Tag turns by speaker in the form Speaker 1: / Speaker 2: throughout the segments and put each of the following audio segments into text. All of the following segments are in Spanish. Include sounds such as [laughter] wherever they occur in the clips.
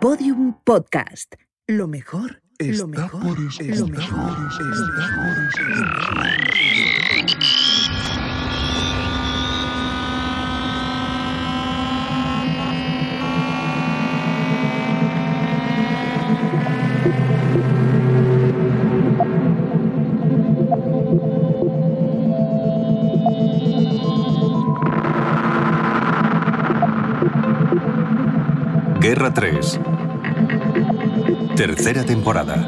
Speaker 1: Podium Podcast. Lo mejor,
Speaker 2: Está
Speaker 1: lo mejor,
Speaker 2: por
Speaker 1: lo
Speaker 2: escuchar,
Speaker 1: mejor.
Speaker 2: está
Speaker 1: lo mejor.
Speaker 2: por escuchar.
Speaker 3: Guerra 3. Tercera temporada.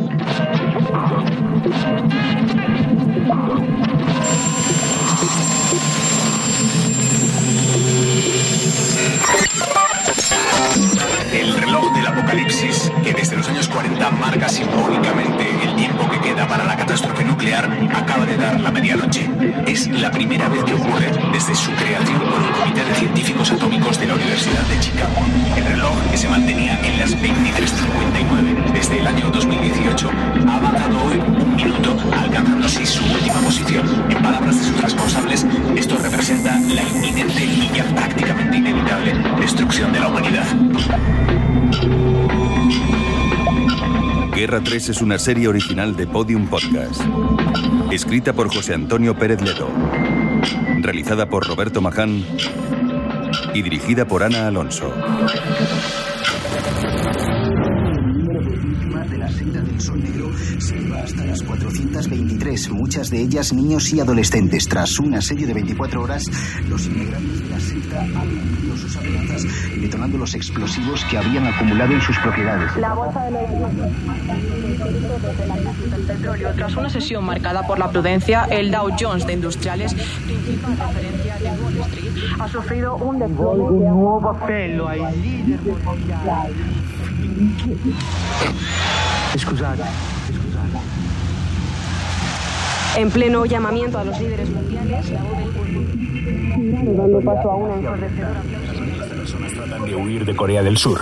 Speaker 4: El reloj del apocalipsis, que desde los años 40 marca simbólicamente el tiempo que queda para la catástrofe nuclear, acaba de dar la medianoche. Es la primera vez que ocurre desde su creación por el Comité de Científicos Atómicos de la Universidad de Chicago. El reloj, que se mantenía en las 23.59 desde el año 2018, ha avanzado hoy un minuto, alcanzando así su última posición. En palabras de sus responsables, esto representa la inminente y ya prácticamente inevitable destrucción de la humanidad.
Speaker 3: Guerra 3 es una serie original de Podium Podcast. Escrita por José Antonio Pérez Ledo. Realizada por Roberto Maján y dirigida por Ana Alonso.
Speaker 5: víctimas de la senda del Sol Negro se eleva hasta las 423, muchas de ellas niños y adolescentes. Tras una serie de 24 horas, los integrantes de la secta han cumplido sus amenazas, detonando los explosivos que habían acumulado en sus propiedades.
Speaker 6: La bolsa de
Speaker 7: petróleo. Tras una sesión marcada por la prudencia, el Dow Jones de Industriales, principal referencia de Wall Street, ha sufrido un desplome de En pleno llamamiento a los líderes mundiales, la voz del pueblo, dando paso a una ensordecedora.
Speaker 4: tratan de huir de Corea del Sur.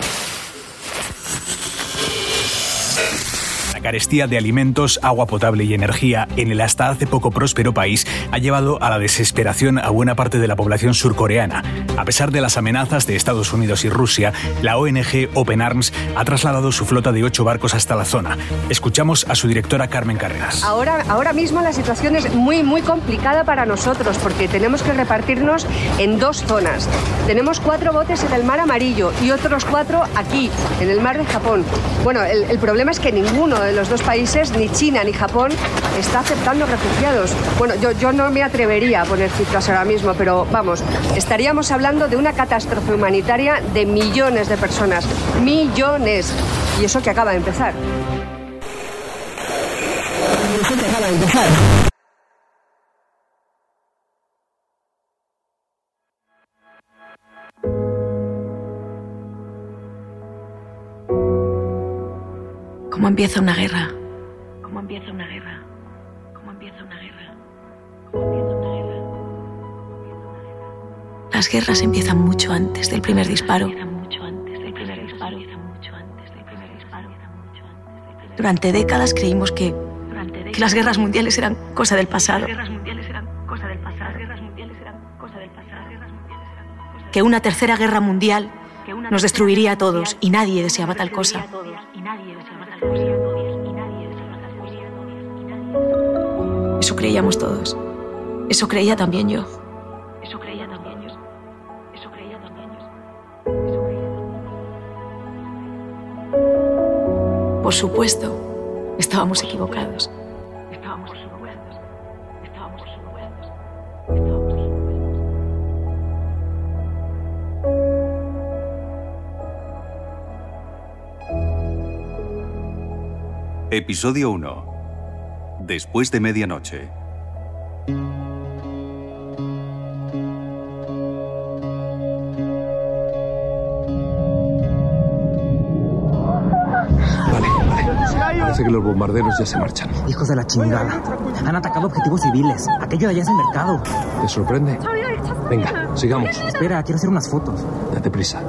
Speaker 4: La carestía de alimentos, agua potable y energía en el hasta hace poco próspero país ha llevado a la desesperación a buena parte de la población surcoreana. A pesar de las amenazas de Estados Unidos y Rusia, la ONG Open Arms ha trasladado su flota de ocho barcos hasta la zona. Escuchamos a su directora Carmen Carreras.
Speaker 8: Ahora, ahora mismo la situación es muy, muy complicada para nosotros porque tenemos que repartirnos en dos zonas. Tenemos cuatro botes en el mar amarillo y otros cuatro aquí, en el mar de Japón. Bueno, el, el problema es que ninguno de los dos países, ni China ni Japón, está aceptando refugiados. Bueno, yo, yo no me atrevería a poner cifras ahora mismo, pero vamos, estaríamos hablando de una catástrofe humanitaria de millones de personas. Millones. Y eso que acaba de empezar.
Speaker 9: ¿Cómo empieza una guerra? ¿Cómo empieza una guerra? ¿Cómo empieza una guerra? ¿Cómo empieza una guerra? Las guerras empiezan mucho antes del primer disparo. Durante décadas creímos que, que las guerras mundiales eran cosa del pasado. Que una tercera guerra mundial nos destruiría a todos y nadie deseaba tal cosa. Eso creíamos todos. Eso creía también yo. Eso creía también yo. Eso creía también yo. Por supuesto, estábamos equivocados. Estábamos equivocados. Estábamos equivocados. Estábamos equivocados.
Speaker 3: Episodio 1. Después de medianoche.
Speaker 2: Parece que los bombarderos ya se marchan.
Speaker 5: Hijos de la chingada. Han atacado objetivos civiles. Aquello de allá es el mercado.
Speaker 2: ¿Te sorprende? Venga, sigamos.
Speaker 5: Espera, quiero hacer unas fotos.
Speaker 2: Date prisa.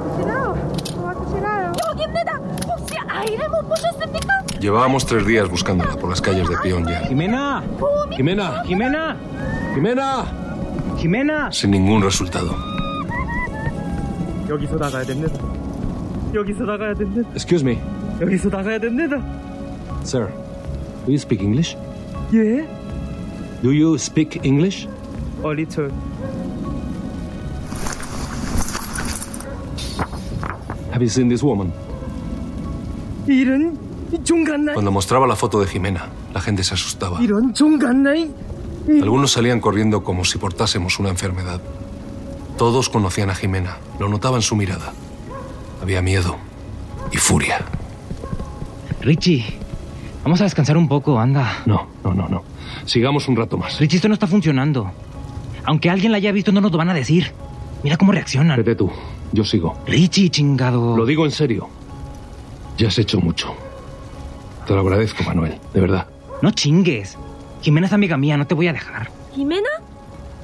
Speaker 2: Llevábamos tres días buscándola por las calles de Pyongyang.
Speaker 5: Jimena,
Speaker 2: ¡Jimena!
Speaker 5: Jimena,
Speaker 2: ¡Jimena!
Speaker 5: Jimena.
Speaker 2: Sin ningún resultado.
Speaker 7: 여기서 나가야 된다.
Speaker 2: Excuse me,
Speaker 7: 여기서 나가야 된다.
Speaker 2: sir. Do you speak English?
Speaker 7: 예?
Speaker 2: Do you speak English?
Speaker 7: A little.
Speaker 2: Have you seen this woman?
Speaker 7: 이런 종갓나
Speaker 2: Cuando mostraba la foto de Jimena, la gente se asustaba.
Speaker 7: 이런 종갓나이
Speaker 2: Algunos salían corriendo como si portásemos una enfermedad. Todos conocían a Jimena, lo notaban su mirada. Había miedo y furia.
Speaker 10: Richie, vamos a descansar un poco, anda.
Speaker 2: No, no, no, no. Sigamos un rato más.
Speaker 10: Richie, esto no está funcionando. Aunque alguien la haya visto, no nos lo van a decir. Mira cómo reaccionan.
Speaker 2: Vete tú, yo sigo.
Speaker 10: Richie, chingado.
Speaker 2: Lo digo en serio. Ya has hecho mucho. Te lo agradezco, Manuel, de verdad.
Speaker 10: No chingues. Jimena es amiga mía, no te voy a dejar.
Speaker 11: ¿Jimena?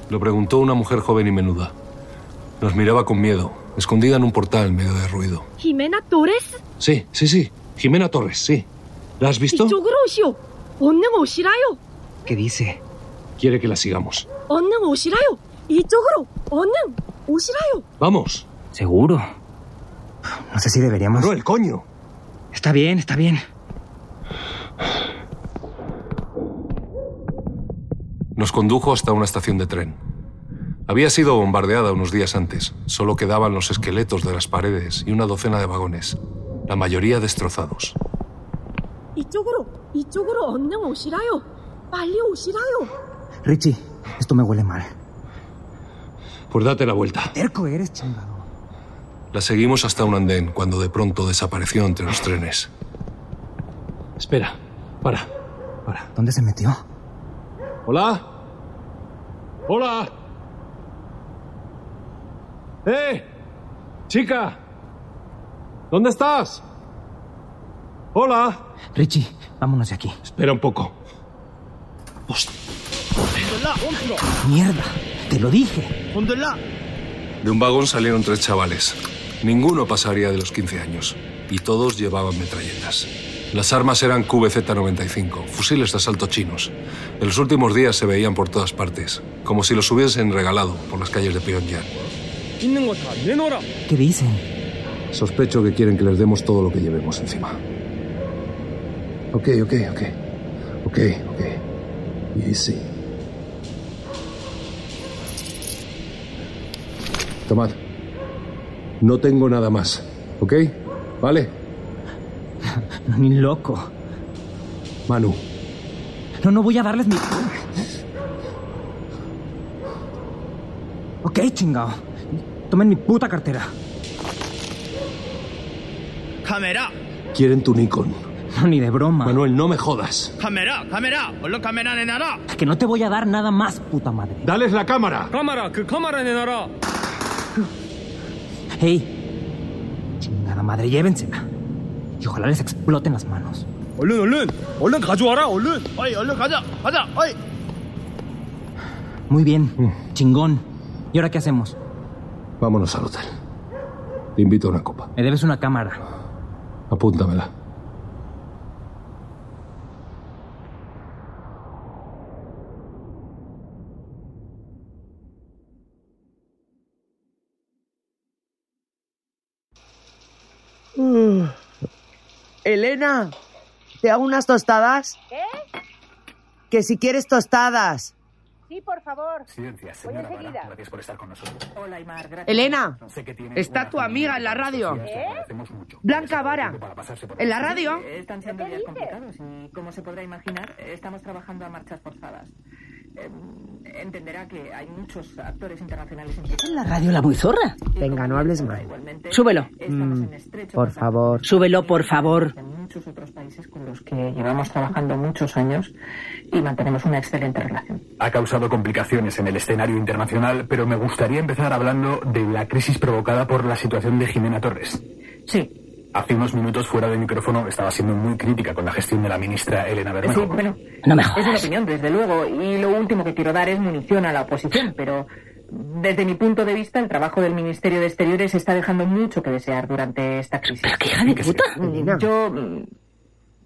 Speaker 2: Lo preguntó una mujer joven y menuda. Nos miraba con miedo, escondida en un portal en medio de ruido.
Speaker 11: ¿Jimena Torres?
Speaker 2: Sí, sí, sí. Jimena Torres, sí. ¿La has visto?
Speaker 11: 이쪽으로 오시오. 언능 오시라요.
Speaker 10: ¿Qué dice?
Speaker 2: Quiere que la sigamos.
Speaker 11: 언능 오시라요. 이쪽으로 언능 오시라요.
Speaker 2: Vamos.
Speaker 10: Seguro. No sé si deberíamos.
Speaker 2: Manuel, coño.
Speaker 10: Está bien, está bien.
Speaker 2: Nos condujo hasta una estación de tren. Había sido bombardeada unos días antes. Solo quedaban los esqueletos de las paredes y una docena de vagones, la mayoría destrozados.
Speaker 11: 이쪽으로 이쪽으로 언능 오시라요. 빨리 오시라요.
Speaker 10: Richie, esto me huele mal.
Speaker 2: Pues date la vuelta.
Speaker 10: Terco eres, chingado.
Speaker 2: La seguimos hasta un andén cuando de pronto desapareció entre los trenes. Espera, para. Para.
Speaker 10: ¿Dónde se metió?
Speaker 2: ¿Hola? ¿Hola? ¡Eh! ¡Chica! ¿Dónde estás? ¡Hola!
Speaker 10: Richie, vámonos de aquí.
Speaker 2: Espera un poco.
Speaker 10: Mierda, te lo dije.
Speaker 2: De un vagón salieron tres chavales. Ninguno pasaría de los 15 años. Y todos llevaban metralletas. Las armas eran QBZ-95, fusiles de asalto chinos. En los últimos días se veían por todas partes, como si los hubiesen regalado por las calles de Pyongyang.
Speaker 7: 있는 거 다 내놔라.
Speaker 10: ¿Qué dicen?
Speaker 2: Sospecho que quieren que les demos todo lo que llevemos encima. Ok, ok, ok. Ok, ok. Easy. Tomad. No tengo nada más. ¿Ok? ¿Vale?
Speaker 10: Ni loco.
Speaker 2: Manu,
Speaker 10: No, no voy a darles mi. Ok, chingado. Tomen mi puta cartera.
Speaker 7: 카메라,
Speaker 2: quieren tu Nikon.
Speaker 10: No, ni de broma.
Speaker 2: Manuel, no me jodas.
Speaker 7: 카메라, 카메라. 얼른 카메라 내놔라.
Speaker 10: Que no te voy a dar nada más, puta madre.
Speaker 2: ¡Dales la cámara!
Speaker 7: 카메라, 그 카메라 내놔라.
Speaker 10: Hey. Chingada madre, llévensela. Y ojalá les exploten las manos.
Speaker 7: 얼른 얼른 얼른 가져와라. 얼른. 어이 얼른 가자. 가자. 어이.
Speaker 10: Muy bien.
Speaker 12: Mm.
Speaker 10: Chingón. ¿Y ahora qué hacemos?
Speaker 2: Vámonos al hotel. Te invito a una copa.
Speaker 10: Me debes una cámara.
Speaker 2: Apúntamela.
Speaker 13: [sighs] Elena, ¿te hago unas tostadas?
Speaker 8: ¿Qué?
Speaker 13: Que si quieres tostadas.
Speaker 8: Sí, por favor. Voy enseguida.
Speaker 13: Elena, está tu amiga en la radio. Blanca Vara. En la radio.
Speaker 14: Están siendo días complicados y, como se podrá imaginar, estamos trabajando a marchas forzadas. Eh, entenderá que hay muchos actores internacionales implicados.
Speaker 11: La radio la muy zorra.
Speaker 13: Venga, no hables mal.
Speaker 14: Igualmente,
Speaker 11: Súbelo.
Speaker 14: estamos en estrecho
Speaker 13: Por
Speaker 14: contacto
Speaker 13: favor.
Speaker 11: Súbelo, por favor.
Speaker 14: de muchos otros países con los que llevamos trabajando muchos años y mantenemos una excelente relación.
Speaker 4: Ha causado complicaciones en el escenario internacional, pero me gustaría empezar hablando de la crisis provocada por la situación de Jimena Torres.
Speaker 14: Sí,
Speaker 4: Hace unos minutos fuera del micrófono estaba siendo muy crítica con la gestión de la ministra Elena
Speaker 14: Sí,
Speaker 4: Bermejo.
Speaker 14: bueno,
Speaker 10: No me
Speaker 14: es una opinión, desde luego, y lo último que quiero dar es munición a la oposición, pero desde mi punto de vista, el trabajo del Ministerio de Exteriores está dejando mucho que desear durante esta crisis. ¿Pero qué hija de puta? Yo,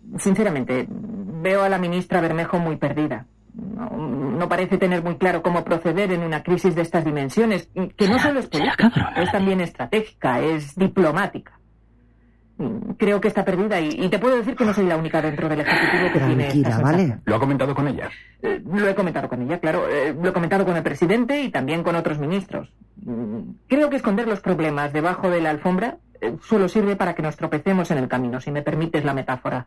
Speaker 14: mm, sinceramente, veo a la ministra Bermejo muy perdida. No, no parece tener muy claro cómo proceder en una crisis de estas mm,
Speaker 10: ¿eh?
Speaker 14: dimensiones, que no solo es política, es también estratégica, es diplomática. Creo que está perdida y, y te puedo decir que no soy la única dentro del Ejecutivo que tiene...
Speaker 15: Tranquila,
Speaker 14: estas
Speaker 15: ¿vale?
Speaker 14: ¿Lo ha comentado con ella? Eh, lo he comentado con ella, claro. eh, lo he comentado con el presidente y también con otros ministros. Mm, Creo que esconder los problemas debajo de la alfombra eh, solo sirve para que nos tropecemos en el camino, si me permites la metáfora.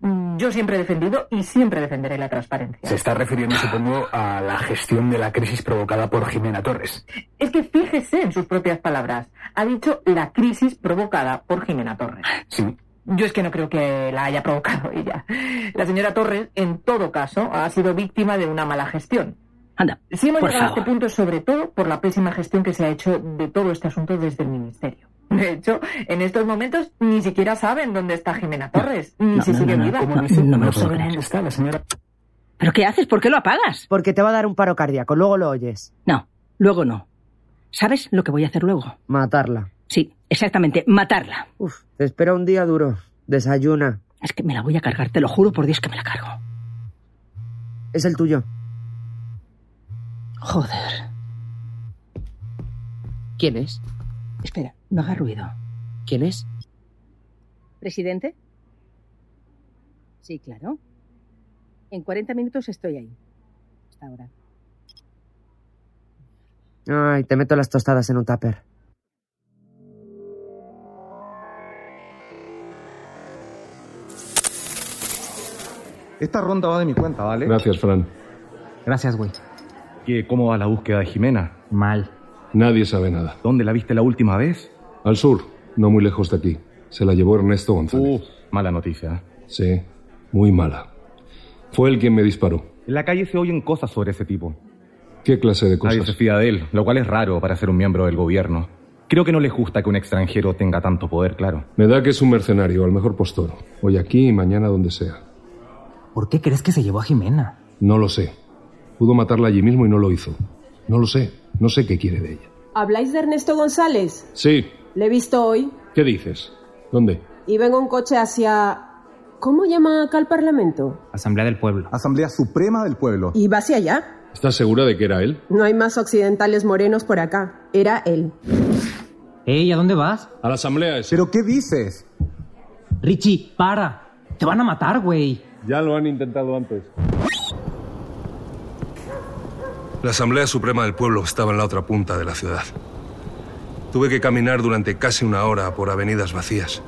Speaker 14: Mm, Yo siempre he defendido y siempre defenderé la transparencia.
Speaker 16: Se está refiriendo, supongo, a la gestión de la crisis provocada por Jimena Torres.
Speaker 14: Es que fíjese en sus propias palabras. Ha dicho la crisis provocada por Jimena Torres.
Speaker 16: Sí.
Speaker 14: Yo es que no creo que la haya provocado [laughs] ella. La señora Torres, en todo caso, ha sido víctima de una mala gestión.
Speaker 11: Anda,
Speaker 14: Si hemos
Speaker 11: por
Speaker 14: llegado a
Speaker 11: favor.
Speaker 14: este punto, sobre todo por la pésima gestión que se ha hecho de todo este asunto desde el Ministerio. [laughs] De hecho, en estos momentos ni siquiera saben dónde está Jimena Torres, ni si sigue viva.
Speaker 16: está la señora?
Speaker 11: ¿Pero qué haces? ¿Por qué lo apagas?
Speaker 17: Porque te va a dar un paro cardíaco, luego lo oyes.
Speaker 11: No, luego no. ¿Sabes lo que voy a hacer luego?
Speaker 17: Matarla.
Speaker 11: Sí, exactamente, matarla.
Speaker 17: Uf, te espera un día duro. Desayuna.
Speaker 11: Es que me la voy a cargar, te lo juro por Dios que me la cargo.
Speaker 17: Es el tuyo.
Speaker 11: Joder.
Speaker 17: ¿Quién es?
Speaker 11: Espera, no haga ruido.
Speaker 17: ¿Quién es?
Speaker 11: ¿Presidente? Sí, claro. En 40 minutos estoy ahí. Hasta ahora.
Speaker 17: Ay, te meto las tostadas en un tupper.
Speaker 12: Esta ronda va de mi cuenta, ¿vale?
Speaker 2: Gracias, Fran.
Speaker 12: Gracias, güey. ¿Cómo va la búsqueda de Jimena? Mal.
Speaker 2: Nadie sabe nada.
Speaker 12: ¿Dónde la viste la última vez?
Speaker 2: Al sur, no muy lejos de aquí. Se la llevó Ernesto González.
Speaker 12: mala noticia. ¿eh?
Speaker 2: Sí, muy mala. Fue él quien me disparó.
Speaker 12: En la calle se oyen cosas sobre ese tipo.
Speaker 2: ¿Qué clase de
Speaker 12: Nadie se
Speaker 2: cosas?
Speaker 12: fía de él, lo cual es raro para ser un miembro del gobierno. Creo que no le gusta que un extranjero tenga tanto poder, claro.
Speaker 2: Me da que es un mercenario, al mejor postor. Hoy aquí y mañana donde sea.
Speaker 10: ¿Por qué crees que se llevó a Jimena?
Speaker 2: No lo sé. Pudo matarla allí mismo y no lo hizo. No lo sé. No sé qué quiere de ella.
Speaker 6: ¿Habláis de Ernesto González?
Speaker 2: Sí.
Speaker 6: Le he visto hoy.
Speaker 2: ¿Qué dices? ¿Dónde?
Speaker 6: Iba en un coche hacia... ¿Cómo llaman acá al Parlamento?
Speaker 12: Asamblea del Pueblo.
Speaker 1: Asamblea Suprema del Pueblo.
Speaker 6: Iba hacia allá.
Speaker 2: ¿Estás segura de que era él?
Speaker 6: No hay más occidentales morenos por acá. Era él.
Speaker 10: Ey, ¿a dónde vas?
Speaker 2: A la asamblea esa.
Speaker 10: ¿Pero qué dices? Richie, para. Te van a matar, güey.
Speaker 2: Ya lo han intentado antes. La Asamblea Suprema del Pueblo estaba en la otra punta de la ciudad. Tuve que caminar durante casi una hora por avenidas vacías.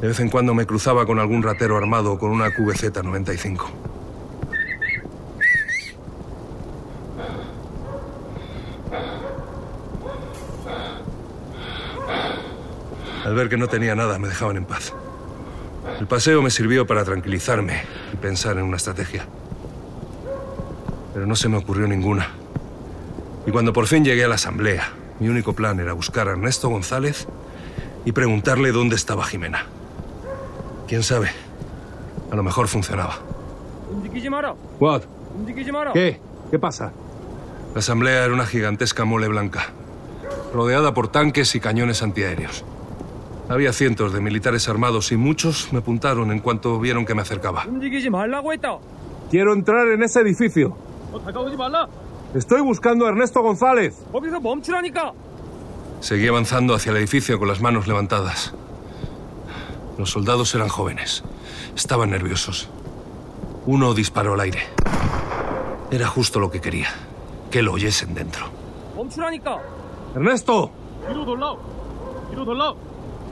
Speaker 2: De vez en cuando me cruzaba con algún ratero armado con una QVZ 95. Al ver que no tenía nada, me dejaban en paz. El paseo me sirvió para tranquilizarme y pensar en una estrategia. Pero no se me ocurrió ninguna. Y cuando por fin llegué a la asamblea, mi único plan era buscar a Ernesto González y preguntarle dónde estaba Jimena. ¿Quién sabe? A lo mejor funcionaba. What?
Speaker 7: 예.
Speaker 2: ¿Qué? ¿Qué pasa? La asamblea era una gigantesca mole blanca, rodeada por tanques y cañones antiaéreos. Había cientos de militares armados y muchos me apuntaron en cuanto vieron que me acercaba. Quiero entrar en ese edificio.
Speaker 7: 어,
Speaker 2: Estoy buscando a Ernesto González. Seguí avanzando hacia el edificio con las manos levantadas. Los soldados eran jóvenes. Estaban nerviosos. Uno disparó al aire. Era justo lo que quería. Que lo oyesen dentro. ¡Ernesto!
Speaker 13: [laughs]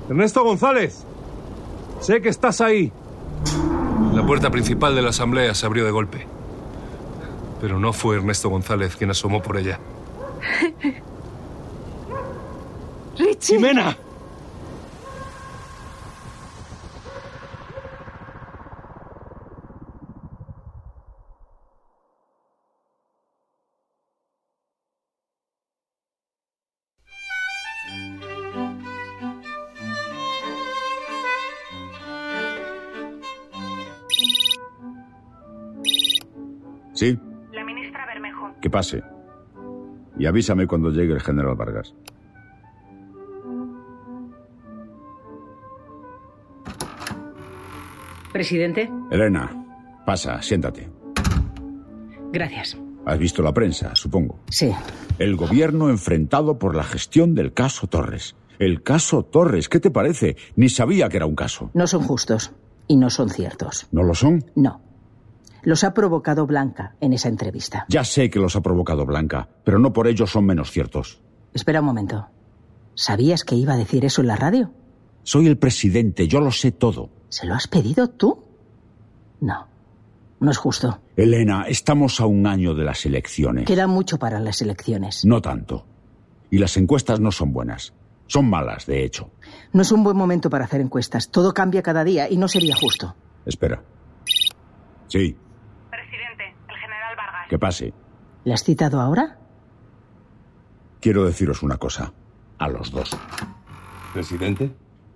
Speaker 2: ¡Ernesto González! Sé que estás ahí. La puerta principal de la asamblea se abrió de golpe. Pero no fue Ernesto González quien asomó por ella.
Speaker 11: ¡Richie!
Speaker 2: ¡Jimena!
Speaker 18: Sí,
Speaker 19: La ministra Bermejo.
Speaker 18: que pase. Y avísame cuando llegue el general Vargas.
Speaker 11: Presidente,
Speaker 18: Elena, pasa, siéntate.
Speaker 11: gracias.
Speaker 18: Has visto la prensa, supongo.
Speaker 11: Sí.
Speaker 18: El gobierno enfrentado por la gestión del caso Torres. El caso Torres, ¿qué te parece? Ni sabía que era un caso.
Speaker 1: No son justos y no son ciertos.
Speaker 18: ¿No lo son?
Speaker 1: No. Los ha provocado Blanca en esa entrevista.
Speaker 18: Ya sé que los ha provocado Blanca, pero no por ello son menos ciertos.
Speaker 1: Espera un momento. ¿Sabías que iba a decir eso en la radio?
Speaker 18: Soy el presidente, yo lo sé todo.
Speaker 1: ¿Se lo has pedido tú? No. No es justo.
Speaker 18: Elena, estamos a un año de las elecciones.
Speaker 1: Queda mucho para las elecciones.
Speaker 18: No tanto. Y las encuestas no son buenas. Son malas, de hecho.
Speaker 1: No es un buen momento para hacer encuestas. Todo cambia cada día y no sería justo.
Speaker 18: Espera. Sí. Que pase.
Speaker 1: ¿Le has citado ahora?
Speaker 18: Quiero deciros una cosa. A los dos.
Speaker 3: ¿Presidente?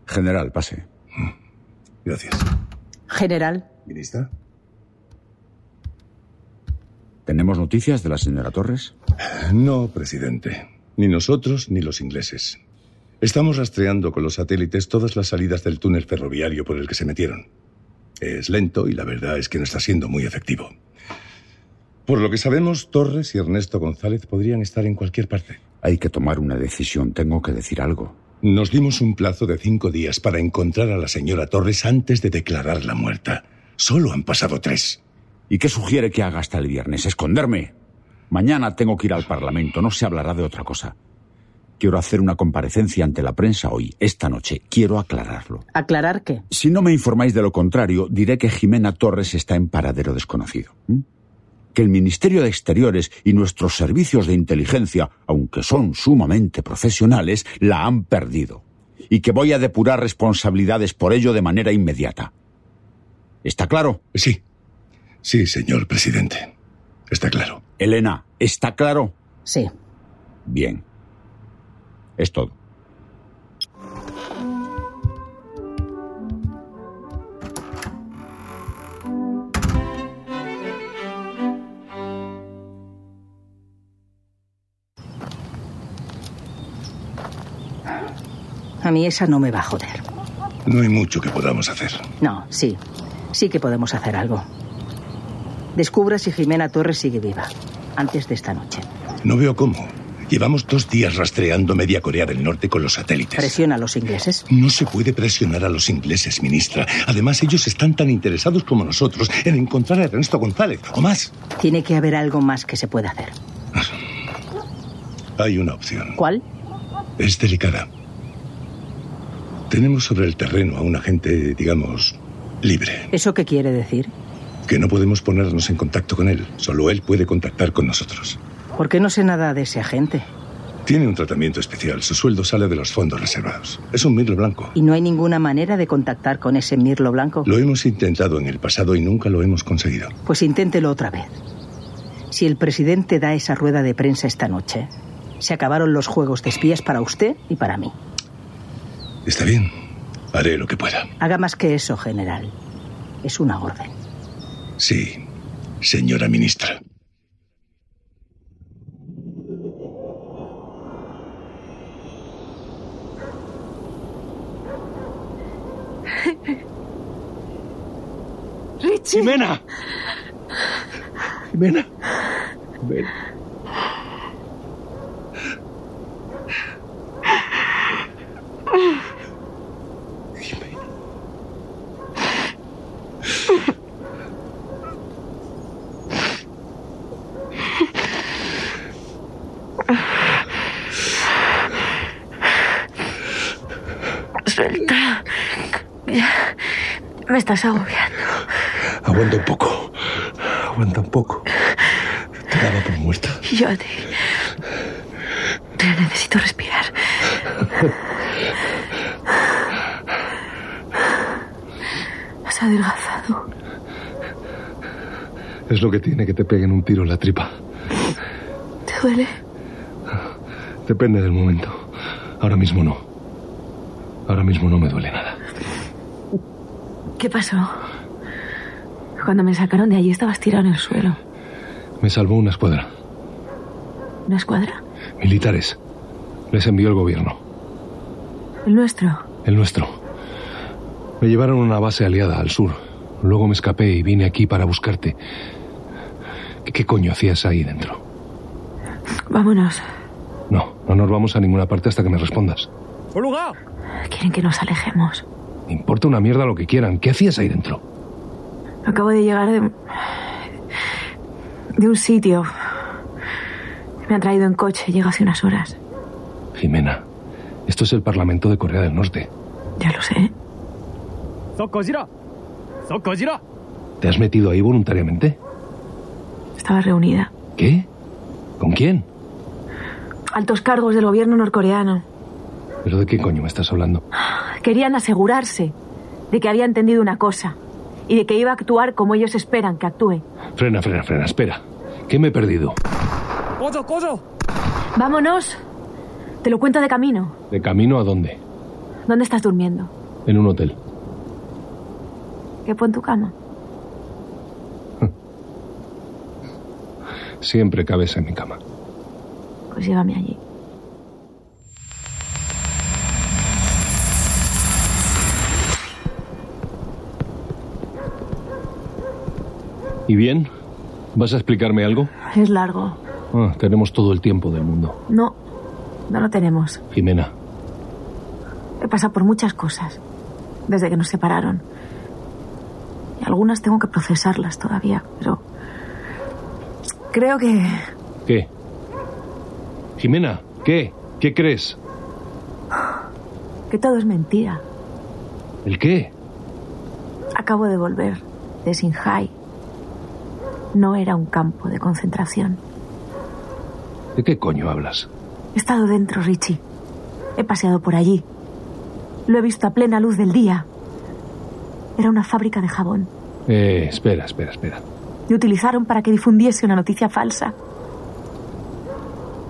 Speaker 18: General, pase.
Speaker 2: Gracias.
Speaker 1: General,
Speaker 2: ¿Ministra?
Speaker 18: ¿Tenemos noticias de la señora Torres?
Speaker 19: No, presidente. Ni nosotros ni los ingleses. Estamos rastreando con los satélites todas las salidas del túnel ferroviario por el que se metieron. Es lento y la verdad es que no está siendo muy efectivo. Por lo que sabemos, Torres y Ernesto González podrían estar en cualquier parte.
Speaker 18: Hay que tomar una decisión, tengo que decir algo.
Speaker 19: Nos dimos un plazo de cinco días para encontrar a la señora Torres antes de declararla muerta. Solo han pasado tres.
Speaker 18: ¿Y qué sugiere que haga hasta el viernes? ¿Esconderme? Mañana tengo que ir al Parlamento, no se hablará de otra cosa. Quiero hacer una comparecencia ante la prensa hoy, esta noche. Quiero aclararlo.
Speaker 1: aclarar qué.
Speaker 18: Si no me informáis de lo contrario, diré que Jimena Torres está en paradero desconocido. ¿Mm? Que el Ministerio de Exteriores y nuestros servicios de inteligencia, aunque son sumamente profesionales, la han perdido. Y que voy a depurar responsabilidades por ello de manera inmediata. ¿Está claro?
Speaker 19: Sí. Sí, señor presidente. Está claro.
Speaker 18: Elena, ¿está claro?
Speaker 1: Sí.
Speaker 18: Bien. Es todo.
Speaker 1: A mí esa no me va a joder.
Speaker 19: No hay mucho que podamos hacer.
Speaker 1: No, sí. Sí que podemos hacer algo. Descubra si Jimena Torres sigue viva antes de esta noche.
Speaker 19: No veo cómo. Llevamos dos días rastreando media Corea del Norte con los satélites.
Speaker 1: Presiona a los ingleses.
Speaker 19: No se puede presionar a los ingleses, ministra. Además, ellos están tan interesados como nosotros en encontrar a Ernesto González, o más.
Speaker 1: Tiene que haber algo más que se pueda hacer.
Speaker 19: Hay una opción.
Speaker 1: ¿Cuál?
Speaker 19: Es delicada. Tenemos sobre el terreno a una gente, digamos, libre,
Speaker 1: ¿Eso qué quiere decir?
Speaker 19: que no podemos ponernos en contacto con él. Solo él puede contactar con nosotros.
Speaker 1: ¿Por qué no sé nada de ese agente?
Speaker 19: Tiene un tratamiento especial. Su sueldo sale de los fondos reservados. Es un mirlo blanco.
Speaker 1: ¿Y no hay ninguna manera de contactar con ese mirlo blanco?
Speaker 19: Lo hemos intentado en el pasado y nunca lo hemos conseguido.
Speaker 1: Pues inténtelo otra vez. Si el presidente da esa rueda de prensa esta noche, se acabaron los juegos de espías para usted y para mí.
Speaker 19: Está bien. Haré lo que pueda.
Speaker 1: Haga más que eso, general. Es una orden.
Speaker 19: Sí, señora ministra.
Speaker 9: Richie.
Speaker 16: Jimena.
Speaker 19: Jimena. Ven.
Speaker 9: Suelta. Ya. Me estás agobiando.
Speaker 19: Aguanta un poco. Aguanta un poco. Te daba por muerta.
Speaker 9: Yo te. te necesito respirar. Has adelgazado.
Speaker 19: Es lo que tiene que te peguen un tiro en la tripa.
Speaker 9: ¿Te duele?
Speaker 19: Depende del momento. Ahora mismo no. Ahora mismo no me duele nada.
Speaker 9: ¿Qué pasó? Cuando me sacaron de allí estabas tirado en el suelo.
Speaker 19: Me salvó una escuadra.
Speaker 9: ¿Una escuadra?
Speaker 19: Militares. Les envió el gobierno.
Speaker 9: ¿El nuestro?
Speaker 19: El nuestro. Me llevaron a una base aliada al sur. Luego me escapé y vine aquí para buscarte. ¿Qué, qué coño hacías ahí dentro?
Speaker 9: Vámonos.
Speaker 19: No, no nos vamos a ninguna parte hasta que me respondas.
Speaker 7: ¡Oruga!
Speaker 9: Quieren que nos alejemos.
Speaker 2: Me importa una mierda lo que quieran. ¿Qué hacías ahí dentro?
Speaker 9: Acabo de llegar de... de un sitio. Me han traído en coche, llego hace unas horas.
Speaker 2: Jimena, esto es el Parlamento de Corea del Norte.
Speaker 9: Ya lo sé.
Speaker 7: ¡Sokojira! ¡Sokojira!
Speaker 2: ¿Te has metido ahí voluntariamente?
Speaker 9: Estaba reunida.
Speaker 2: ¿Qué? ¿Con quién?
Speaker 9: Altos cargos del gobierno norcoreano.
Speaker 2: ¿Pero de qué coño me estás hablando?
Speaker 9: Querían asegurarse de que había entendido una cosa y de que iba a actuar como ellos esperan que actúe.
Speaker 2: Frena, frena, frena, espera. ¿Qué me he perdido?
Speaker 7: ¡Coyo, coyo!
Speaker 9: Vámonos. Te lo cuento de camino.
Speaker 2: ¿De camino a dónde?
Speaker 9: ¿Dónde estás durmiendo?
Speaker 2: En un hotel.
Speaker 9: ¿Qué pon tu cama?
Speaker 2: Siempre cabes en mi cama.
Speaker 9: Pues llévame allí.
Speaker 2: ¿Y bien? ¿Vas a explicarme algo?
Speaker 9: Es largo.
Speaker 2: Ah, tenemos todo el tiempo del mundo.
Speaker 9: No, no lo tenemos.
Speaker 2: Jimena,
Speaker 9: He pasado por muchas cosas desde que nos separaron. Y algunas tengo que procesarlas todavía, pero creo que
Speaker 2: ¿qué? Jimena, ¿qué? ¿Qué crees?
Speaker 9: que todo es mentira.
Speaker 2: ¿El qué?
Speaker 9: Acabo de volver de Sinjai. No era un campo de concentración.
Speaker 2: ¿De qué coño hablas?
Speaker 9: He estado dentro, Richie. He paseado por allí. Lo he visto a plena luz del día. Era una fábrica de jabón.
Speaker 2: Eh, espera, espera, espera.
Speaker 9: Y utilizaron para que difundiese una noticia falsa.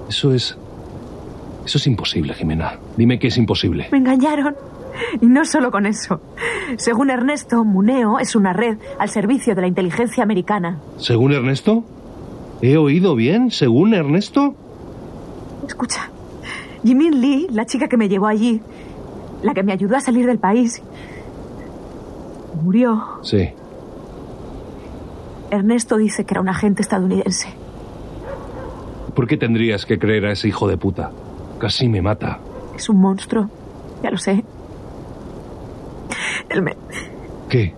Speaker 2: Eso es... Eso es imposible, Jimena. Dime que es imposible.
Speaker 9: Me engañaron. Y no solo con eso. Según Ernesto, Muneo es una red al servicio de la inteligencia americana.
Speaker 2: ¿Según Ernesto? ¿He oído bien? ¿Según Ernesto?
Speaker 9: Escucha, Jimin Lee, la chica que me llevó allí, la que me ayudó a salir del país, murió.
Speaker 2: Sí.
Speaker 9: Ernesto dice que era un agente estadounidense.
Speaker 2: ¿Por qué tendrías que creer a ese hijo de puta? Casi me mata.
Speaker 9: Es un monstruo, ya lo sé. Él me...
Speaker 2: ¿Qué?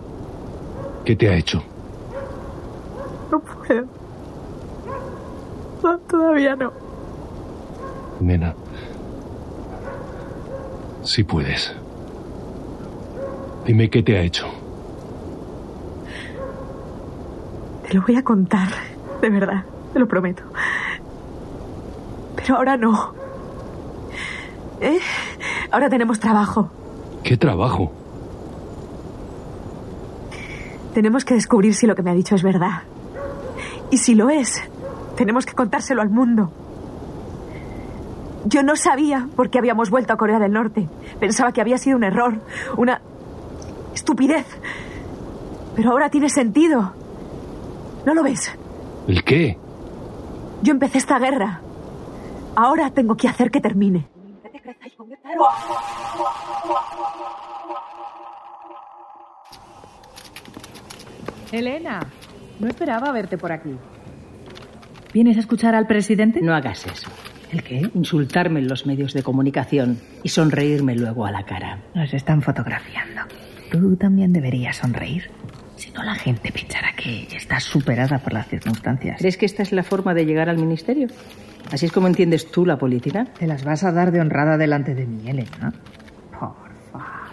Speaker 2: ¿Qué te ha hecho?
Speaker 9: No puedo. No, todavía no.
Speaker 2: Jimena. Si puedes. Dime qué te ha hecho.
Speaker 9: Te lo voy a contar, de verdad, te lo prometo. Pero ahora no. ¿Eh? Ahora tenemos trabajo.
Speaker 2: ¿Qué trabajo?
Speaker 9: Tenemos que descubrir si lo que me ha dicho es verdad. Y si lo es, tenemos que contárselo al mundo. Yo no sabía por qué habíamos vuelto a Corea del Norte. Pensaba que había sido un error, una estupidez. Pero ahora tiene sentido. ¿No lo ves?
Speaker 2: ¿El qué?
Speaker 9: Yo empecé esta guerra. Ahora tengo que hacer que termine.
Speaker 20: Elena, no esperaba verte por aquí.
Speaker 21: ¿Vienes a escuchar al presidente?
Speaker 1: No hagas eso.
Speaker 21: ¿El qué?
Speaker 1: Insultarme en los medios de comunicación y sonreírme luego a la cara.
Speaker 21: Nos están fotografiando. Tú también deberías sonreír. Si no, la gente pensará que estás superada por las circunstancias.
Speaker 1: ¿Crees que esta es la forma de llegar al ministerio? ¿Así es como entiendes tú la política?
Speaker 21: Te las vas a dar de honrada delante de mi Elena. Por favor.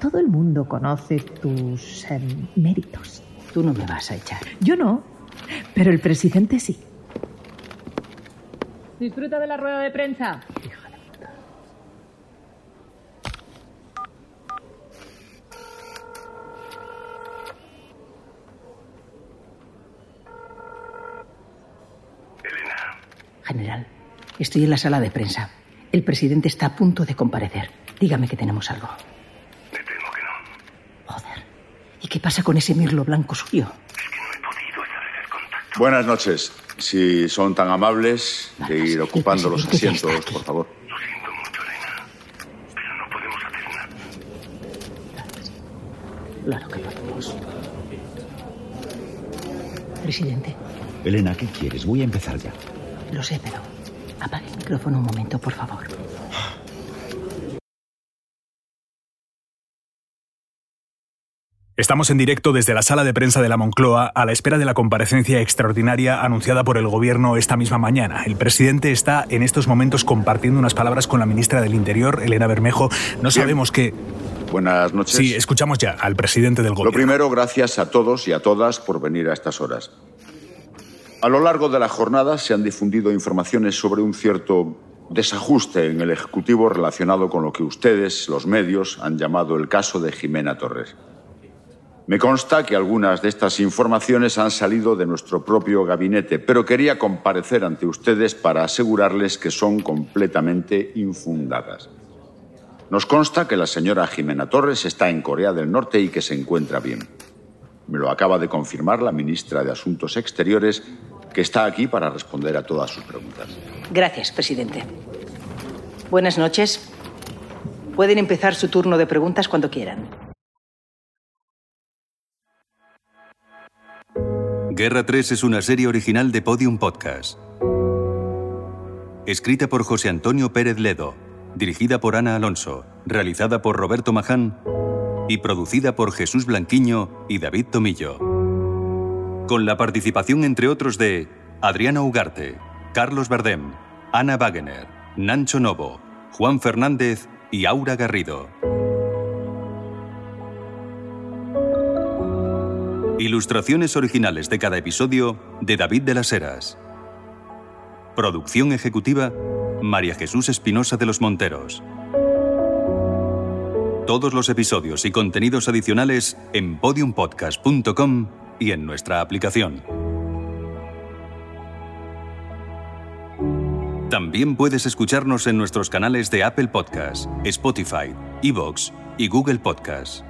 Speaker 21: Todo el mundo conoce tus eh, méritos.
Speaker 1: Tú no me vas a echar.
Speaker 21: Yo no, pero el presidente sí.
Speaker 20: Disfruta de la rueda de prensa.
Speaker 1: General, estoy en la sala de prensa. El presidente está a punto de comparecer. Dígame que tenemos algo.
Speaker 22: Me temo que no.
Speaker 1: Joder. ¿Y qué pasa con ese mirlo blanco suyo?
Speaker 23: Buenas noches. Si son tan amables de ir ocupando los
Speaker 1: presidente ya
Speaker 23: asientos, por favor.
Speaker 1: Claro que lo hacemos. Presidente,
Speaker 24: Elena, ¿qué quieres? Voy a empezar ya.
Speaker 1: lo sé, pero apague el micrófono un momento, por favor.
Speaker 4: Estamos en directo desde la sala de prensa de la Moncloa a la espera de la comparecencia extraordinaria anunciada por el gobierno esta misma mañana. El presidente está en estos momentos compartiendo unas palabras con la ministra del Interior, Elena Bermejo. No sabemos qué.
Speaker 18: Buenas noches.
Speaker 4: Sí, escuchamos ya al presidente del
Speaker 18: Lo
Speaker 4: gobierno.
Speaker 18: primero, gracias a todos y a todas por venir a estas horas. A lo largo de la jornada se han difundido informaciones sobre un cierto desajuste en el Ejecutivo relacionado con lo que ustedes, los medios, han llamado el caso de Jimena Torres. Me consta que algunas de estas informaciones han salido de nuestro propio gabinete, pero quería comparecer ante ustedes para asegurarles que son completamente infundadas. Nos consta que la señora Jimena Torres está en Corea del Norte y que se encuentra bien. Me lo acaba de confirmar la ministra de Asuntos Exteriores, que está aquí para responder a todas sus preguntas.
Speaker 1: Gracias, presidente. Buenas noches. Pueden empezar su turno de preguntas cuando quieran.
Speaker 3: Guerra 3 es una serie original de Podium Podcast. Escrita por José Antonio Pérez Ledo, dirigida por Ana Alonso, realizada por Roberto Maján y producida por Jesús Blanquiño y David Tomillo. Con la participación, entre otros, de Adriana Ugarte, Carlos Verdem, Ana Wagener, Nancho Novo, Juan Fernández y Aura Garrido. Ilustraciones originales de cada episodio de David de las Heras. Producción ejecutiva María Jesús Espinosa de los Monteros. Todos los episodios y contenidos adicionales en podiumpodcast.com y en nuestra aplicación. También puedes escucharnos en nuestros canales de Apple Podcast, Spotify, Evox y Google Podcast.